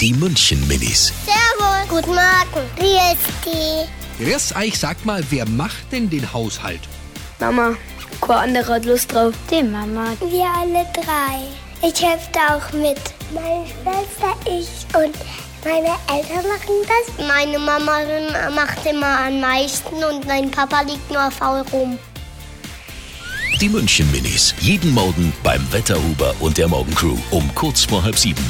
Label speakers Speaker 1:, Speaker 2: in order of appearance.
Speaker 1: Die München Minis.
Speaker 2: Servus. Guten Morgen. Wie ist die?
Speaker 1: Chris, ich sag mal, wer macht denn den Haushalt?
Speaker 3: Mama, kein anderer hat Lust drauf.
Speaker 4: Die Mama.
Speaker 2: Wir alle drei. Ich helfe da auch mit. Meine Schwester, ich und meine Eltern machen das. Meine Mama macht immer am meisten und mein Papa liegt nur faul rum.
Speaker 1: Die München Minis. Jeden Morgen beim Wetterhuber und der Morgencrew um kurz vor halb sieben.